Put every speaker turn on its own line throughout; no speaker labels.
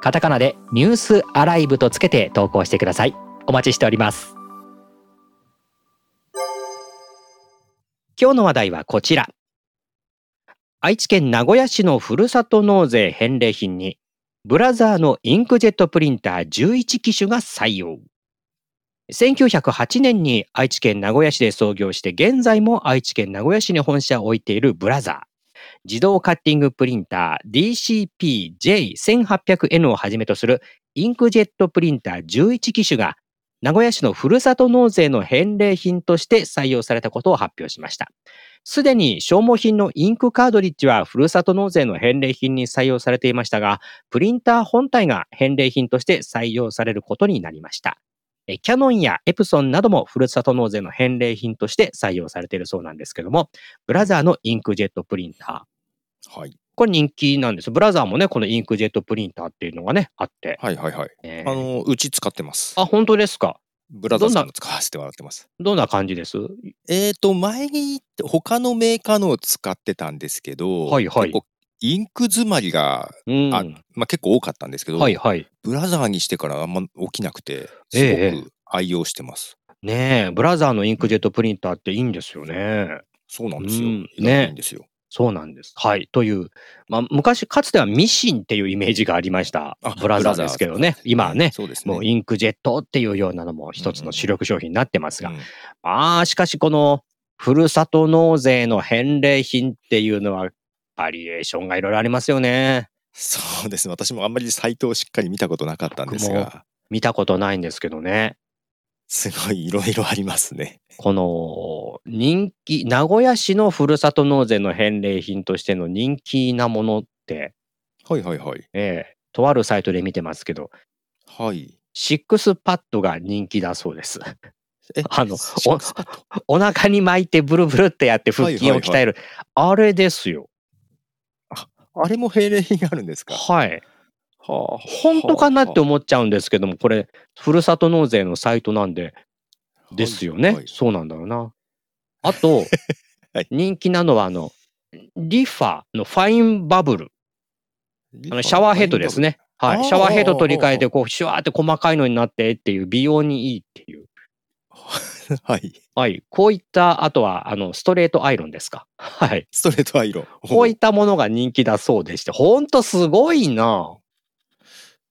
カタカナでニュースアライブとつけて投稿してくださいお待ちしております今日の話題はこちら愛知県名古屋市のふるさと納税返礼品にブラザーのインクジェットプリンター11機種が採用1908年に愛知県名古屋市で創業して現在も愛知県名古屋市に本社を置いているブラザー自動カッティングプリンター DCPJ1800N をはじめとするインクジェットプリンター11機種が名古屋市のふるさと納税の返礼品として採用されたことを発表しました。すでに消耗品のインクカードリッジはふるさと納税の返礼品に採用されていましたが、プリンター本体が返礼品として採用されることになりました。えキャノンやエプソンなどもふるさと納税の返礼品として採用されているそうなんですけども、ブラザーのインクジェットプリンター、
はい、
これ人気なんです。ブラザーもね、このインクジェットプリンターっていうのがね、あって。
はいはいはい
え
あ
ー
のうち使ってます
あ、本当ですか。
ブラザーさんも使わせてもらってます
どんな感じです
えっ、と前に他のメーカーのを使ってたんですけど、
はいはい
結構インク詰まりが、
うん。
あまあ、結構多かったんですけど、
はいはい。
ブラザーにしてからあんま起きなくて
ええ
すごく愛用してます、
ねえ、ブラザーのインクジェットプリンターっていいんですよね。
そうなんですよ、
うん
意外といいんですよ
そうなんです。はい。という、まあ、昔、かつてはミシンっていうイメージがありました
あ。
ブラザーですけどね。今はね、
そうですね
もうインクジェットっていうようなのも一つの主力商品になってますが
う。ん
まあ、しかしこの、ふるさと納税の返礼品っていうのは、バリエーションがいろいろありますよね。
そうですね私もあんまりサイトをしっかり見たことなかったんです
僕
が
見たことないんですけどね。
すごいいろいろありますね
この人気、名古屋市のふるさと納税の返礼品としての人気なものって、
はいはいはい
ええとあるサイトで見てますけど、
はい
シックスパッドが人気だそうです。
え
あの
シックスパッド
お腹に巻いてブルブルってやって腹筋を鍛える。あれですよ。
あれも返礼品があるんですか
はい。
はあ、
本当かなって
は
思っちゃうんですけども、これ、ふるさと納税のサイトなんで、
あ
ですよね。
はい
そうなんだろうな。あと、
はい
人気なのは、あの、リファのファインバブル。あのシャワーヘッドです。ね。
ァイ
はい。
ンバブルあー
シャワーヘッド取り替えて、こう、シュワーって細かいのになってっていう、美容にいいっていう。
はい。
はい。こういった、あとは、あの、ストレートアイロンですか。はい。
ストレートアイロン。
こういったものが人気だそうでして、ほんとすごいな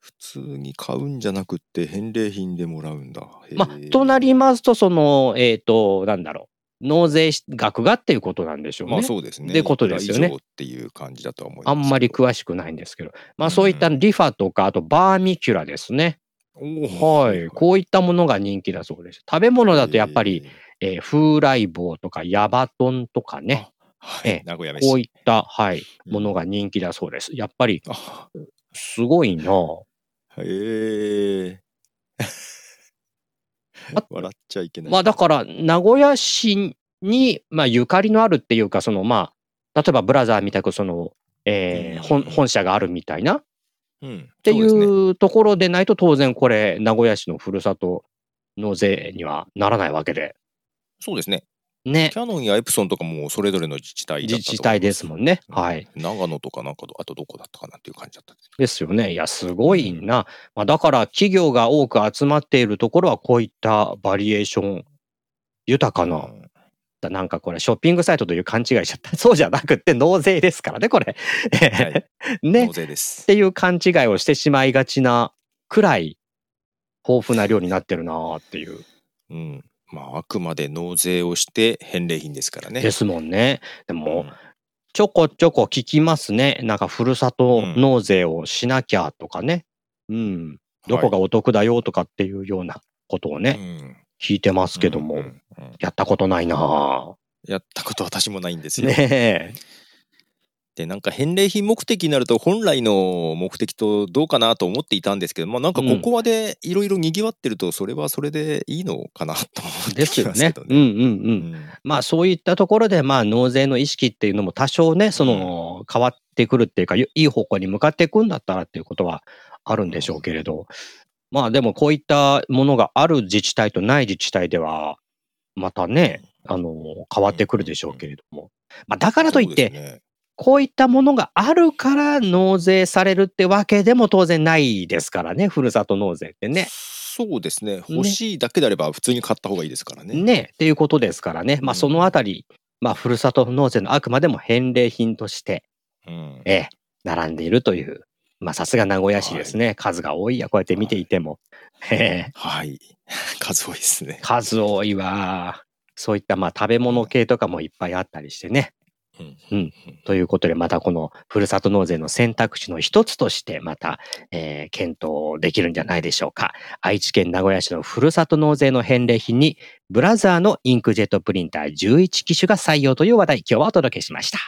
普通に買うんじゃなくって返礼品でもらうんだ。へえ
まあ、となりますと、その、えっ、と、なんだろう。納税額がっていうことなんでしょうね。
まあそうですね。
ってことですよね
いくら以上っていう感じだとは思います
あ
けど。
んまり詳しくないんですけど、まあそういった
う
リファとか、あとバーミキュラですね。
おー
はい。こういったものが人気だそうです。食べ物だとやっぱり、。
へえ
えー風来坊とかヤバトンとかね、
は
ええ
い。名古屋飯。
こういった、はい、
うん
ものが人気だそうです。やっぱり
あ
すごいなあ
へえ
あ。
笑っちゃいけない。
まあだから、名古屋市に、まあゆかりのあるっていうか、そのまあ、例えばブラザーみたく、その、えー
うん
本本社があるみたいな
うん、っ
ってい
ね、
うところでないと当然これ名古屋市のふるさと納税にはならないわけで
そうですね。
ね
キャノンやエプソンとかもそれぞれの自治体
自
だったと思います
治体ですもんねはい
長野とかなんかどあとどこだったかなっていう感じだったんです
ですよねいやすごいな、まあ、だから企業が多く集まっているところはこういったバリエーション豊かな、
うん
なんかこれショッピングサイトという勘違いしちゃ ったそうじゃなくて納税ですからねこれ、
はい、
ね
納
っ
税です
ていう勘違いをしてしまいがちなくらい豊富な量になってるなっていう
うんまああくまで納税をして返礼品ですからね
ですもんねで
う
も、
ん
ちょこちょこ聞きますね。なんかふるさと
うん
納税をしなきゃとかね。うん。どこが
は
お得だよとかっていうようなことをね、
いうん
聞いてますけども、
うんうんうん
やったことないなぁ。
やったこと私もないんですよ、
ねえ。
でなんか返礼品目的になると本来の目的とどうかなと思っていたんですけど、まあ、なんかここまでいろいろにぎわってるとそれはそれでいいのかなと思って
です
き
よ
ますけ
ね
ど。
うんう
ね。
んう。
うん
まあそういったところでまあ納税の意識っていうのも多少ねその変わってくるっていうかいいい方向に向かっていくんだったらっていうことはあるんでしょうけれどまあでもこういったものがある自治体とない自治体ではまたねあの変わってくるでしょうけれどもまあだからといっ
そう
て
ですね
こういったものがあるから納税されるってわけでも当然ないですからねふるさと納税ってね。
そうですね欲しいだけであれば普通に買った方がいいですからね。
ねっていうことですからね、まあ、
うん
そのあたり、まあ、ふるさと納税のあくまでも返礼品として、
うん
ええ並んでいるという、まあ、さすが名古屋市ですね、数が多いや、こうやって見ていても。ええ
はい。 数多いですね。
数多いわ。そういった、まあ、食べ物系とかもいっぱいあったりしてね。
うん
ということで、またこのふるさと納税の選択肢の一つとして、また、えー検討できるんじゃないでしょうか。愛知県名古屋市のふるさと納税の返礼品に、ブラザーのインクジェットプリンター11機種が採用という話題、今日はお届けしました。